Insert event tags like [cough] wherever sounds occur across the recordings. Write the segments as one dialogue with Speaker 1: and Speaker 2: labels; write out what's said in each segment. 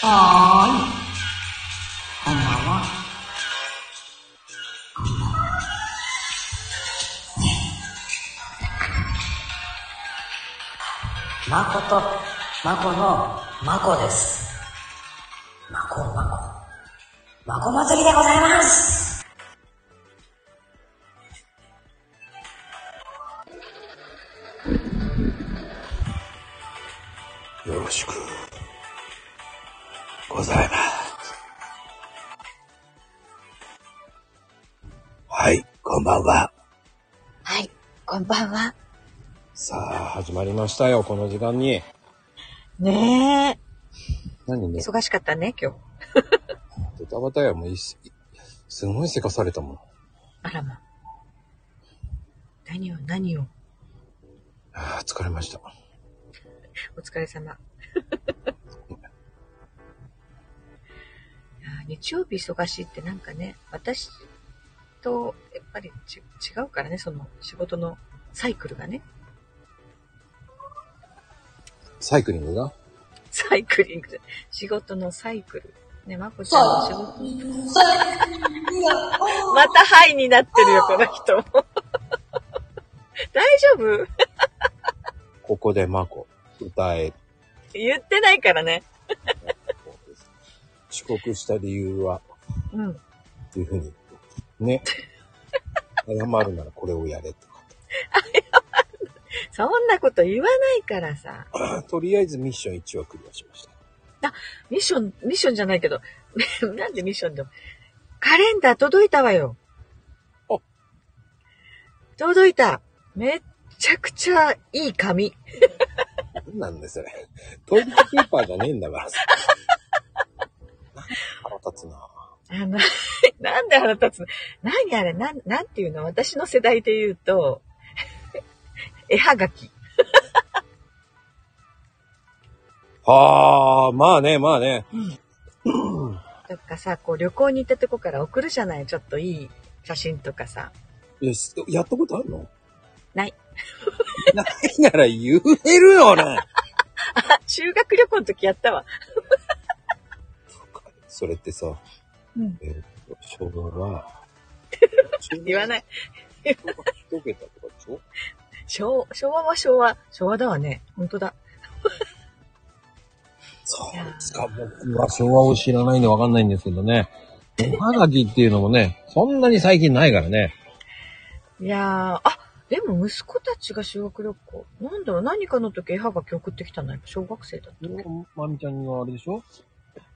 Speaker 1: はーい。こんばんは。
Speaker 2: まこと、まこの、まこです。まこまこ。まこ祭りでございます。
Speaker 3: よろしくございます。はい、こんばんは。
Speaker 2: はい、こんばんは。
Speaker 3: さあ、始まりましたよ、この時間に。
Speaker 2: ね
Speaker 3: 何
Speaker 2: え、
Speaker 3: ね、
Speaker 2: 忙しかったね、今日。
Speaker 3: ドタバタやもういし、すごいせかされたもん。
Speaker 2: あらま。何を、何を。
Speaker 3: ああ、疲れました。
Speaker 2: お疲れ様。いやー日曜日忙しいってなんかね、私とやっぱりち違うからね、その仕事のサイクルがね。
Speaker 3: サイクリングが
Speaker 2: サイクリングじゃ仕事のサイクル。ね、まこちゃんの仕事。またハイになってるよ、この人も。大丈夫
Speaker 3: ここでマコ、歌え。
Speaker 2: 言ってないからね。
Speaker 3: 遅刻した理由は、
Speaker 2: うん。
Speaker 3: っていうふうに。ね。謝るならこれをやれとか。
Speaker 2: そんなこと言わないからさ。
Speaker 3: とりあえずミッション1はクリアしました。
Speaker 2: ミッション、ミッションじゃないけど、 [laughs] なんでミッションでも。カレンダー届いたわよ。
Speaker 3: お
Speaker 2: 届いた。めっちゃくちゃいい紙。
Speaker 3: なんなんだよそれ。 [laughs] トイレットペーパーじゃねえんだからさ。なんか腹立つな。
Speaker 2: あの、 [laughs] なんで腹立つの何あれ、なん、なんていうの私の世代で言うと、 [laughs] 絵はがき。
Speaker 3: ああ、まあね、まあね。
Speaker 2: とかさ、こう旅行に行ったとこから送るじゃないちょっといい写真とかさ。 [laughs]
Speaker 3: えしやったことあるの
Speaker 2: ない。
Speaker 3: ないなら言えるよね。 [laughs]
Speaker 2: あ、修学旅行の時やったわ。
Speaker 3: それってさ、
Speaker 2: うん。
Speaker 3: えー、昭和は、。
Speaker 2: [laughs] 言わないい。
Speaker 3: 一桁とかでしょ
Speaker 2: 昭昭和は昭和。昭和だわね。本当だ。
Speaker 3: そうですか。僕は昭和を知らないんでわかんないんですけどね。おはがきっていうのもね、そんなに最近ないからね。
Speaker 2: いやー、あ、でも息子たちが修学旅行。なんだろう、何かの時絵はがき送ってきたのよ。小学生だったっ
Speaker 3: まみちゃんがあれでしょ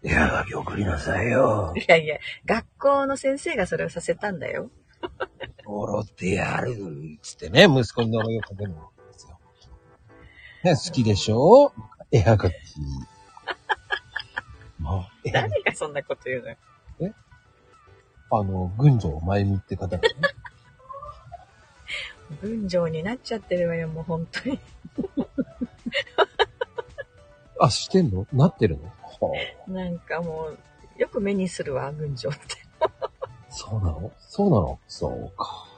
Speaker 3: いや、がき送りなさいよ。
Speaker 2: け。いやいや、学校の先生がそれをさせたんだよ。 [laughs]
Speaker 3: 笑ってやるつってね、息子に名前をかけるんですよ。ね、好きでしょ絵はがき。まあ、絵はがき
Speaker 2: 誰がそんなこと言うのよ。
Speaker 3: [laughs] あの、群青まゆみって方がね、
Speaker 2: 文章になっちゃってるわよ、もう本当に。
Speaker 3: あ、してんのなってるの、は
Speaker 2: なんかもう、よく目にするわ、文章って。
Speaker 3: あ、そうなのそうなのそうか。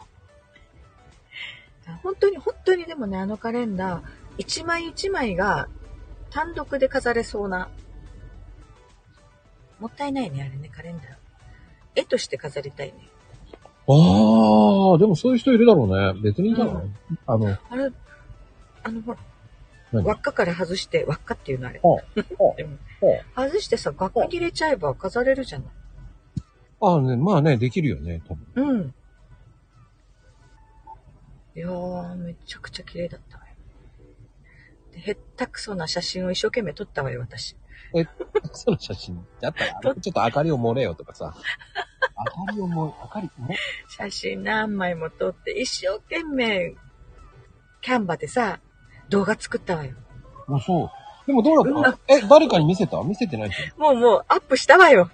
Speaker 2: 本当に、本当にでもね、あのカレンダー、一枚一枚が単独で飾れそうな。もったいないね、あれね、カレンダー。絵として飾りたいね。
Speaker 3: ああ、でもそういう人いるだろうね。別にいいだろうね。あの、
Speaker 2: あれ、あの、ほら、
Speaker 3: 何
Speaker 2: 輪っかから外して、輪っかっていうのあれ。
Speaker 3: ほうほ
Speaker 2: でも
Speaker 3: ほ
Speaker 2: 外してさ、額に入れちゃえば飾れるじゃない。
Speaker 3: ああ、ね、まあね、できるよね、多分。
Speaker 2: うん。いやー、めちゃくちゃ綺麗だったわよ。で、へったくそな写真を一生懸命撮ったわよ、私。
Speaker 3: その写真。だったら、あのちょっと明かりを盛れよとか [laughs] さ。明かりを盛れ、明かり、も
Speaker 2: 写真何枚も撮って、一生懸命、キャンバでさ、動画作ったわよ。
Speaker 3: あ、そう。でもどうだったえ、誰かに見せた見せてないじゃん。
Speaker 2: もうもう、アップしたわよ。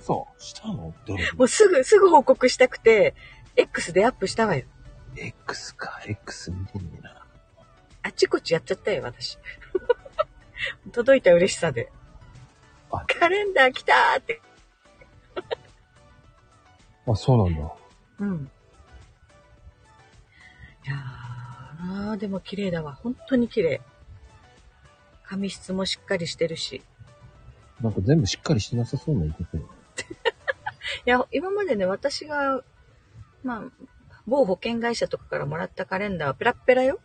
Speaker 3: そう。したの誰に
Speaker 2: もうすぐ、すぐ報告したくて、X でアップしたわよ。
Speaker 3: X か、X 見てねえな。
Speaker 2: あっちこっちやっちゃったよ、私。 [laughs] 届いた嬉しさで
Speaker 3: あ。
Speaker 2: カレンダー来たーって。
Speaker 3: あ、そうなんだ。
Speaker 2: うん。いやー、でも綺麗だわ。本当に綺麗。髪質もしっかりしてるし。
Speaker 3: なんか全部しっかりしてなさそうな言い方よ
Speaker 2: いや、今までね、私が、まあ、某保険会社とかからもらったカレンダーはペラッペラよ。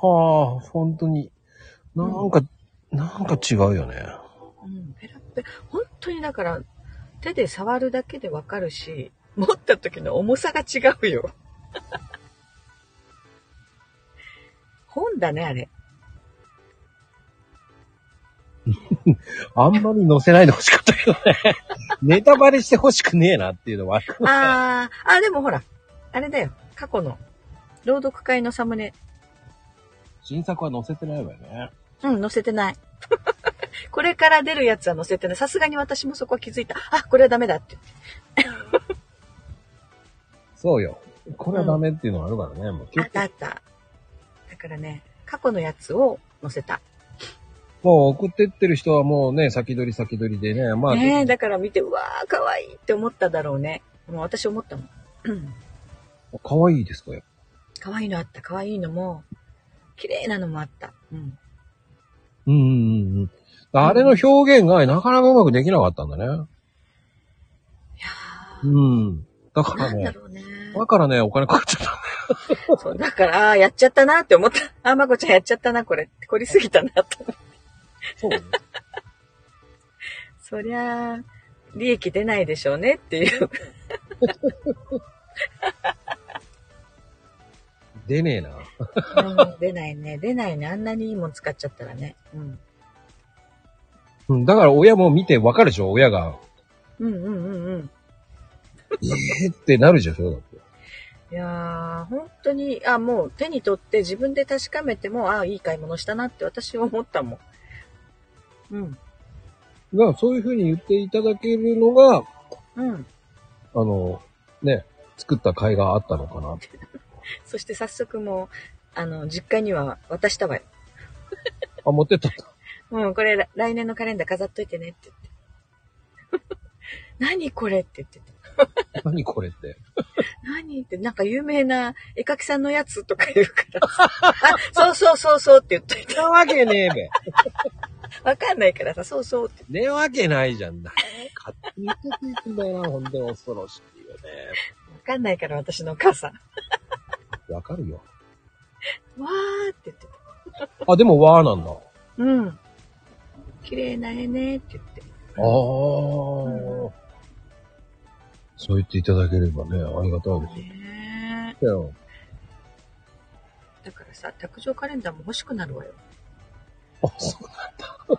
Speaker 3: はあ、本当に。なんか、なんか違うよね。
Speaker 2: うん、ペラッペラ。本当にだから、手で触るだけでわかるし、持った時の重さが違うよ。 [laughs] 本だね、あれ。
Speaker 3: あんまり載せないでほしかったけどね。 [laughs] ネタバレしてほしくねえなっていうのはある。
Speaker 2: あー、 [laughs] あ、でもほら、あれだよ。過去の、朗読会のサムネ。
Speaker 3: 新作は載せてないわよね。
Speaker 2: うん、載せてない。 [laughs] これから出るやつは載せてない。さすがに私もそこは気づいた。あ、これはダメだって。
Speaker 3: そうよ。これはダメっていうのがあるからね。もう
Speaker 2: あっ
Speaker 3: 結
Speaker 2: たあ
Speaker 3: 構、
Speaker 2: った。だからね、過去のやつを載せた。
Speaker 3: もう送ってってる人はもうね、先取り先取りでね。まあ、
Speaker 2: ねえ、だから見て、うわー、可愛いって思っただろうね。もう私思ったもん。 [clears throat] うん
Speaker 3: 可愛いですかよ。
Speaker 2: 可愛いのあった、可愛いのも、綺麗なのもあった。うん。
Speaker 3: うんうんうん。あれの表現がなかなかうまくできなかったんだね。
Speaker 2: いや
Speaker 3: うん。だか
Speaker 2: ー、
Speaker 3: ら
Speaker 2: なんだ
Speaker 3: ね、
Speaker 2: ろうね。
Speaker 3: だからね、お金かかっちゃった。
Speaker 2: そう、だから、あーやっちゃったなって思った。あー、まこちゃんやっちゃったな、これ。凝りすぎたな、と。
Speaker 3: そう、
Speaker 2: そりゃあ、利益出ないでしょうねっていう。
Speaker 3: 出ねえな。
Speaker 2: うん [laughs] 出ないね、出ないね。あんなにいいもん使っちゃったらね。うん。
Speaker 3: うん、だから親も見てわかるでしょ親が。
Speaker 2: うんうんうんうん。
Speaker 3: えってなるじゃん、そうだって。
Speaker 2: いやー、本当に、あ、もう手に取って自分で確かめても、あ、いい買い物したなって私は思ったもん。うん。
Speaker 3: だからそういうふうに言っていただけるのが、あ
Speaker 2: うん。
Speaker 3: の、ね、作った甲斐があったのかなって。
Speaker 2: そして早速もう、あの、実家には渡したわよ。
Speaker 3: あ、持ってったんだ。
Speaker 2: うん、これら来年のカレンダー飾っといてねって言って。 [laughs] 何これって言ってて。
Speaker 3: 何これって。
Speaker 2: 何って、なんか有名な絵描きさんのやつとか言うから。あ、そうそうそうそうって言っといた。
Speaker 3: なわけねえべ。
Speaker 2: わかんないからさ、そうそうって。
Speaker 3: ねえわけないじゃん。だ勝手に言ってくんだよな、ほんとに恐ろしいよね。
Speaker 2: わかんないから私のお母さん。
Speaker 3: わかるよ。
Speaker 2: わーって言ってた。
Speaker 3: あ、でもわーなんだ。
Speaker 2: うん。綺麗な絵ねって言って。
Speaker 3: ああ、そう言っていただければね、ありがたいです
Speaker 2: ね
Speaker 3: よ。
Speaker 2: え。だからさ、卓上カレンダーも欲しくなるわよ。
Speaker 3: あ、そうだ。
Speaker 2: [laughs]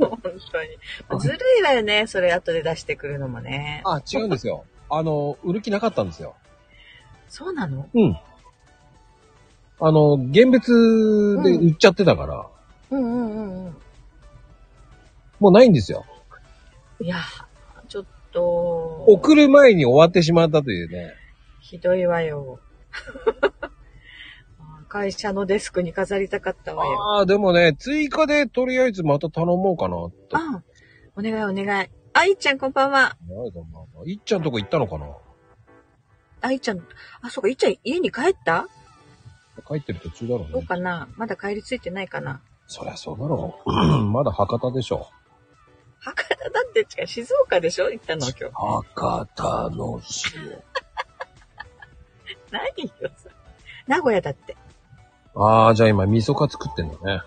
Speaker 2: 本当に。ずるいわよね、それ後で出してくるのもね。
Speaker 3: あ、違うんですよ。あの、売る気なかったんですよ。
Speaker 2: そうなの
Speaker 3: うん。あの、現物で売っちゃってたか
Speaker 2: う
Speaker 3: ら、
Speaker 2: んうんうんうん。
Speaker 3: もうないんですよ。
Speaker 2: いや、ちょっと、
Speaker 3: 送る前に終わってしまったというね。
Speaker 2: ひどいわよ。 [laughs] 会社のデスクに飾りたかったわよ。
Speaker 3: ああ、でもね、追加でとりあえずまた頼もうかなって。
Speaker 2: あお願いお願い。あいっちゃんこんばんは。
Speaker 3: ないだな。いっちゃんとこ行ったのかな
Speaker 2: あいっちゃん、あ、そうか、いっちゃん家に帰った
Speaker 3: 帰ってる途中だろう
Speaker 2: どう
Speaker 3: ね。
Speaker 2: かなまだ帰り着いてないかな
Speaker 3: そりゃそうだろう。 [clears throat] まだ博多でしょ。
Speaker 2: 博多だって違う、静岡でしょ行ったの今日。
Speaker 3: 博多の塩。
Speaker 2: 何よ、それ名古屋だって。
Speaker 3: ああ、じゃあ今、味噌カツ食ってんだね。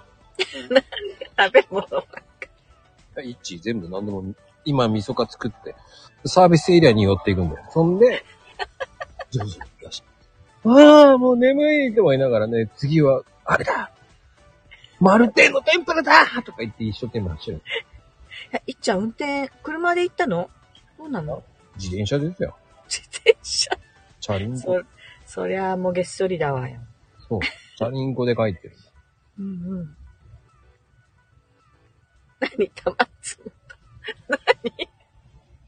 Speaker 2: 食べ物ばっか
Speaker 3: 一全部何でも、今味噌カツ食って、サービスエリアに寄っていくんだよ。そん [laughs] で、徐々によし。ああ、もう眠いとは言いながらね、次は、あれだマルテンの天ぷらだとか言って一生懸命走る。
Speaker 2: り。いっちゃん運転、車で行ったのそうなの
Speaker 3: 自転車ですよ。
Speaker 2: 自転車。
Speaker 3: チャリンコ。
Speaker 2: そ、そりゃあもうげっそりだわよ。
Speaker 3: そう。チャリンコで帰ってる。
Speaker 2: うんうん。何たまつ。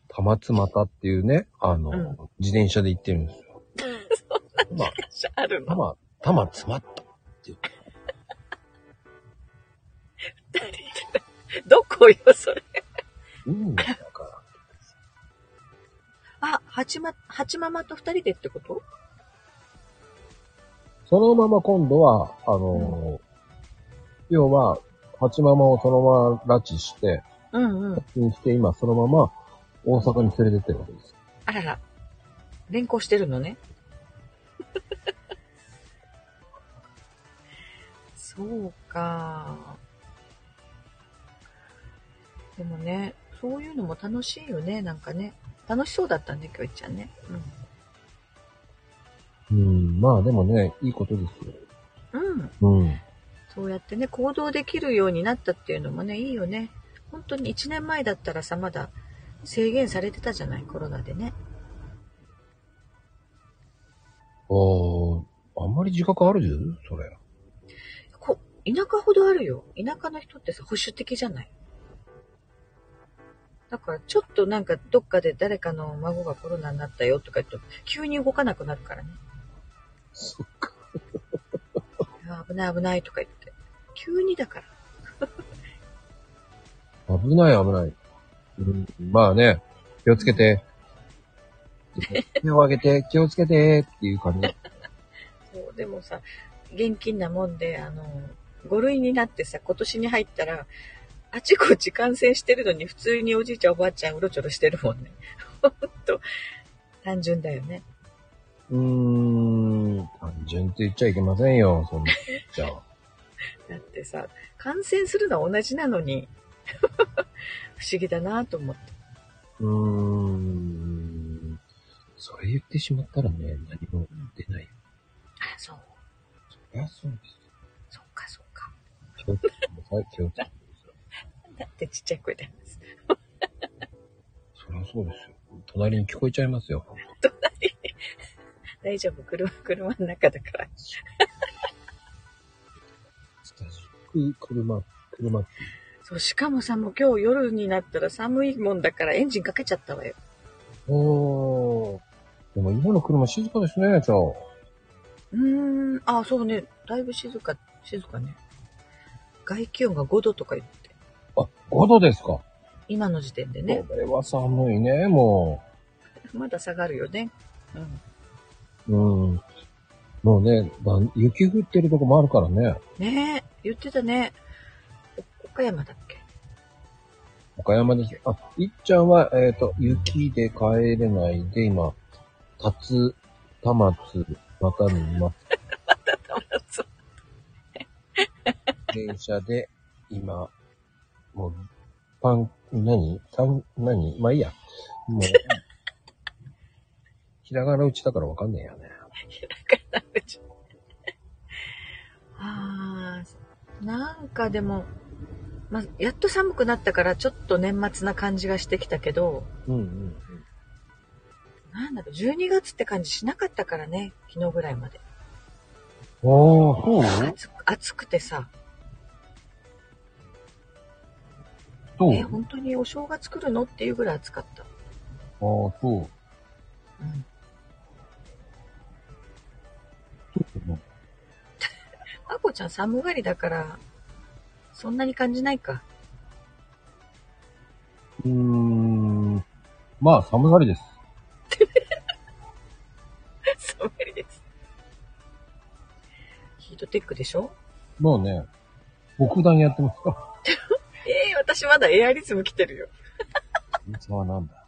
Speaker 3: 玉津又っていうね、あの、
Speaker 2: うん
Speaker 3: 自転車で行ってるんですよ。まあ、
Speaker 2: あるの
Speaker 3: 玉、玉詰まった。
Speaker 2: どこよ、それ。
Speaker 3: うん、だから。
Speaker 2: あ、八ま、八ママと二人でってこと
Speaker 3: そのまま今度は、あのー要は、チママをそのまま拉致して、
Speaker 2: うんうん。
Speaker 3: にして今そのまま大阪に連れてってるわけです。
Speaker 2: あらら。連行してるのね。 [laughs] そうか。でもね、そういうのも楽しいよね、なんかね。楽しそうだったんで、きょいちゃんね。
Speaker 3: うん、まあでもね、いいことですよ。
Speaker 2: うん。うん。
Speaker 3: うん。
Speaker 2: そうやってね、行動できるようになったっていうのもね、いいよね。本当に1年前だったらさ、まだ制限されてたじゃない、コロナでね。
Speaker 3: おー、あんまり自覚あるそれ。
Speaker 2: こ田舎ほどあるよ。田舎の人ってさ、保守的じゃない。だから、ちょっとなんか、どっかで誰かの孫がコロナになったよとか言うと、急に動かなくなるからね。
Speaker 3: そっか。
Speaker 2: あー危ない危ないとか言って。急にだから。
Speaker 3: 危ない危ない。うん、まあね、気をつけて。手を挙げて、気をつけてっていう感じ。
Speaker 2: そうでもさ、現金なもんで、あの、5類になってさ、今年に入ったら、あちこち感染してるのに、普通におじいちゃんおばあちゃんうろちょろしてるもんね。 [laughs] ほんと、単純だよね。
Speaker 3: うーん、単純って言っちゃいけませんよ、そんな。じゃあ。
Speaker 2: だってさ、感染するのは同じなのに、 [laughs] 不思議だなと思って。
Speaker 3: うーん。それ言ってしまったらね、何も出ない。
Speaker 2: あ、そう。
Speaker 3: そりゃそうです
Speaker 2: そっかそっか。
Speaker 3: よ。気をつけてください、気をつけてくだ
Speaker 2: だってちっちゃい声で話す。
Speaker 3: さい。そりゃそうですよ。隣に聞こえちゃいますよ。
Speaker 2: 大丈夫、車、 [laughs] 車の中だから。
Speaker 3: スタジオ、車、車って。
Speaker 2: そう、しかもさ、もう今日夜になったら寒いもんだからエンジンかけちゃったわよ。
Speaker 3: おー。でも今の車静かですね、じゃあ。
Speaker 2: うーん、あ、そうね。だいぶ静か、静かね。外気温が5度とか言って。
Speaker 3: あ、5度ですか。
Speaker 2: 今の時点でね。
Speaker 3: これは寒いね、も
Speaker 2: まだ下がるよね。うん。
Speaker 3: う。うん。もうね、だん雪降ってるとこもあるからね。
Speaker 2: ねえ、言ってたね。お岡山だっ [laughs] け
Speaker 3: 岡山です。あ、いっちゃんは、えっ、と、雪で帰れないで、今、たつ、たまつ、またにま、電車で、今、もう、パン、何たん、何まあいいや。もう、 [laughs] ひらがな打ちだからわかんねえよね。
Speaker 2: ああ、なんかでも、まあ、やっと寒くなったからちょっと年末な感じがしてきたけど、
Speaker 3: うんうん。
Speaker 2: なんだろう、12月って感じしなかったからね、昨日ぐらいまで。
Speaker 3: おー、そう
Speaker 2: 暑く暑くてさ、
Speaker 3: そう
Speaker 2: え、本当にお正月来るのっていうぐらい暑かった。
Speaker 3: ああ、そう。
Speaker 2: うんあこちゃん寒がりだから、そんなに感じないか。 [laughs]
Speaker 3: うーん。まあ、寒がりです。
Speaker 2: 寒がりです。ヒートテックでしょ
Speaker 3: もうね、僕団やってますか
Speaker 2: ええ私まだエアリズム着てるよ。
Speaker 3: 実はなんだ。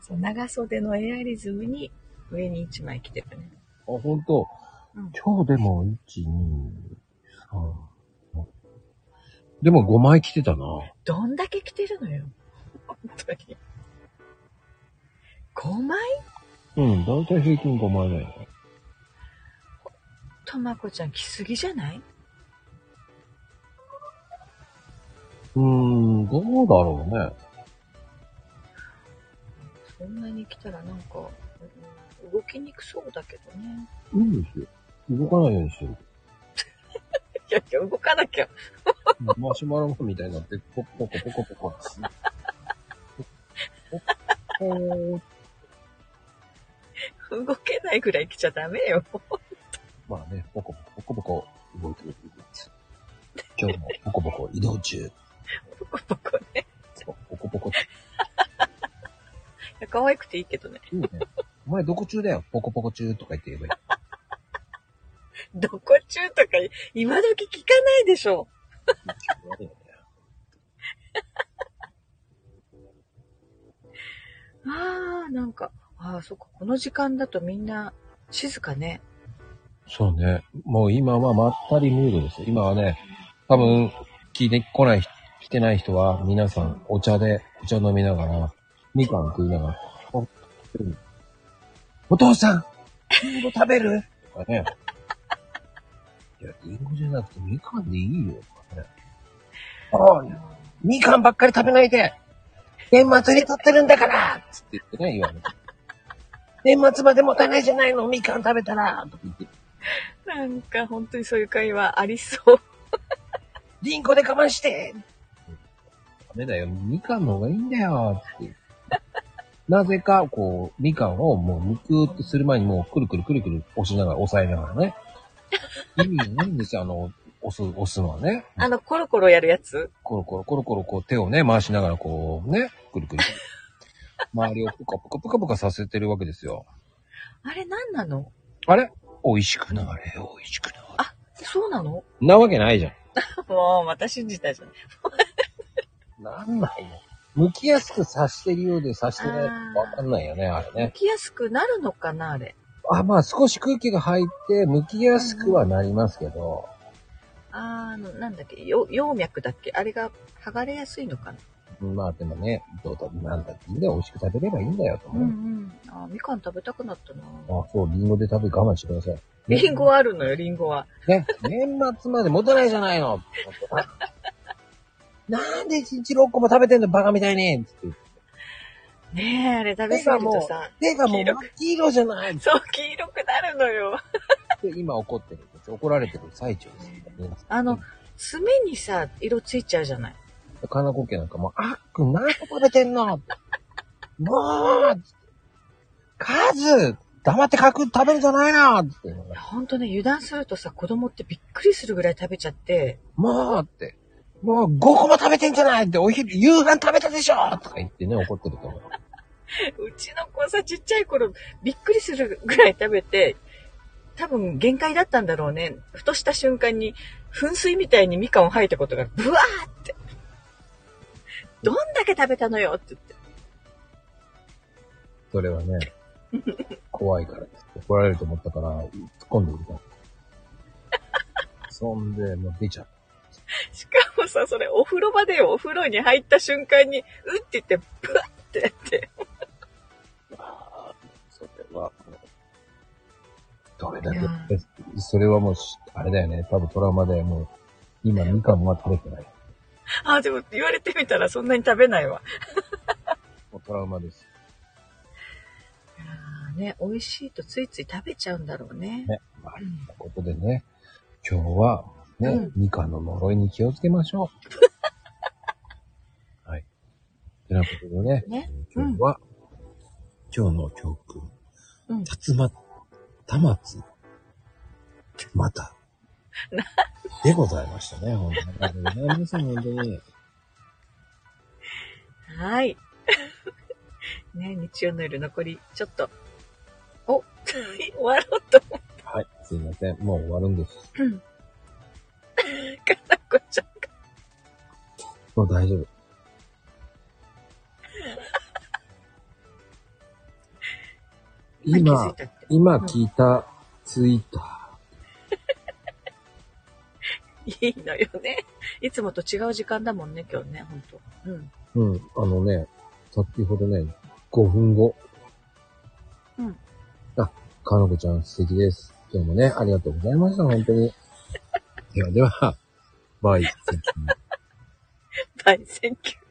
Speaker 2: そう長袖のエアリズムに上に1枚着てるね。
Speaker 3: あ、ほんと。
Speaker 2: うん
Speaker 3: 今日でも、1、2、3、4でも5枚来てたな。
Speaker 2: どんだけ着てるのよ。本当に。5枚
Speaker 3: うん、だいたい平均5枚だよ。
Speaker 2: とまこちゃん着すぎじゃないう
Speaker 3: ーん、どうだろうね。
Speaker 2: そんなに着たらなんか、うん動きにくそうだけどね。
Speaker 3: いいんですよ。動かないようにしてる。
Speaker 2: いやいや、動かなきゃ。
Speaker 3: マシュマロマンみたいになって、ポコポコポコポ [laughs] コ。ポコ
Speaker 2: 動けないぐらい着ちゃダメよ。
Speaker 3: まあね、ポコポコポコ動いてる。今日もポコポコ移動中。
Speaker 2: ポコポコね。
Speaker 3: ポコポコ。
Speaker 2: いや可愛くていいけどね。
Speaker 3: いいね。お前どこ中だよ。ポコポコ中とか言って言えばいい。
Speaker 2: どこ中とか、今時聞かないでしょ。ああ、なんか、ああ、そっか、この時間だとみんな静かね。
Speaker 3: そうね。もう今はまったりムードです。今はね、多分、聞いてこない、来てない人は、皆さん、お茶で、お茶飲みながら、みかん食いながら、おお父さんリンゴ食べるとかね。いや、リンゴじゃなくて、みかんでいいよ、とかね。ああ、みかんばっかり食べないで年末に取ってるんだからつって言ってね、言われて。年末まで持たないじゃないの、みかん食べたらとか言って、
Speaker 2: なんか本当にそういう会話ありそう。
Speaker 3: リンゴで我慢してダメだよ、みかんの方がいいんだよ [laughs] って。なぜか、こう、みかんをもうむくーってする前にもうくるくるくるくる押しながら、押さえながらね。意味がないんですよ、あの、押す、押すのはね。
Speaker 2: [laughs] あの、コロコロやるやつ
Speaker 3: コロコロコロコロこう手をね、回しながらこうね、くるくる。周りをぷかぷかぷかぷかさせてるわけですよ。
Speaker 2: あれ何なの
Speaker 3: あれ美味しくなれ、美味しくなれ。
Speaker 2: そうなの
Speaker 3: なわけないじゃ
Speaker 2: もう、また信じたじゃん。
Speaker 3: ん。なんないよ。剥きやすく刺してるようで刺してない。
Speaker 2: あー
Speaker 3: わかんないよね、あれ
Speaker 2: 起
Speaker 3: ね。
Speaker 2: きやすくなるのかな、あれ。
Speaker 3: あ、まあ少し空気が入って剥きやすくはなりますけど、
Speaker 2: あーあの、なんだっけ、よ葉脈だっけあれが剥がれやすいのかな
Speaker 3: まあでもね、どうだ、なんだっていいんだよ、美味しく食べればいいんだよ、と
Speaker 2: う
Speaker 3: 思
Speaker 2: ん
Speaker 3: う。
Speaker 2: うん。あーみかん食べたくなったな。
Speaker 3: あ、そう、リンゴで食べる我慢してください。
Speaker 2: リンゴはあるのよ、リンゴは。
Speaker 3: ね、年末まで持たないじゃな
Speaker 2: [laughs]
Speaker 3: いの。なんで一日6個も食べてんのバカみたいに。
Speaker 2: ねえ、あれ食べ過ぎるとさ、
Speaker 3: 手がもう真っ黄色じゃないっ
Speaker 2: そう、黄色くなるのよ。
Speaker 3: て今怒ってるんです。怒られてる最中です。
Speaker 2: あの、爪にさ、色ついちゃうじゃない。
Speaker 3: かなこ家なんかもう、あっくん何個食べてんのもう数黙って書く食べるじゃないのって言うのが
Speaker 2: ほんとね、油断するとさ、子供ってびっくりするぐらい食べちゃって、
Speaker 3: もうって。もう5個も食べてんじゃないって、お昼、夕飯食べたでしょとか言ってね、怒ってると思う。
Speaker 2: うちの子さ、ちっちゃい頃、びっくりするぐらい食べて、多分限界だったんだろうね。ふとした瞬間に、噴水みたいにみかんを吐いたことが、ブワーって。どんだけ食べたのよって言って。
Speaker 3: それはね、怖いからです。怒られると思ったから、突っ込んでみた。そんで、もう出ちゃう。
Speaker 2: しかもさ、それお風呂場でよお風呂に入った瞬間に、うって言って、ブワーってやって。
Speaker 3: それはもう、どれだけ、それはもうし、あれだよね。多分トラウマで、もう、今、みかんは食べてない。
Speaker 2: あ、でも言われてみたらそんなに食べないわ。
Speaker 3: もうトラウマです。
Speaker 2: ね、美味しいとついつい食べちゃうんだろうね。
Speaker 3: ね。まあ、ということでね、今日は、ね、
Speaker 2: うん
Speaker 3: みかんの呪いに気をつけましょ
Speaker 2: [laughs]
Speaker 3: う。はい。てなことでね、
Speaker 2: ね。
Speaker 3: 今日は、今日の教訓、
Speaker 2: うん
Speaker 3: 竜ま、たまつ、また、
Speaker 2: [laughs]
Speaker 3: でございましたね、本当に。ありがとうございます、本当に。
Speaker 2: はい。 [laughs] ね、日曜の夜残り、ちょっと。お、終わろうと思っ
Speaker 3: はい、すいません、もう終わるんです。
Speaker 2: たかなこちゃんが。
Speaker 3: もう大丈夫。
Speaker 2: 気づい
Speaker 3: 今、
Speaker 2: たって。
Speaker 3: 今聞いたツイート、
Speaker 2: いいのよね。いつもと違う時間だもんね、今日ね、ほんと。うん。
Speaker 3: うん、あのね、先ほどね、5分後。
Speaker 2: うん。
Speaker 3: あ、かのこちゃん素敵です。今日もね、ありがとうございました、本当に。ではでは、バイ。
Speaker 2: バイ、センキュー。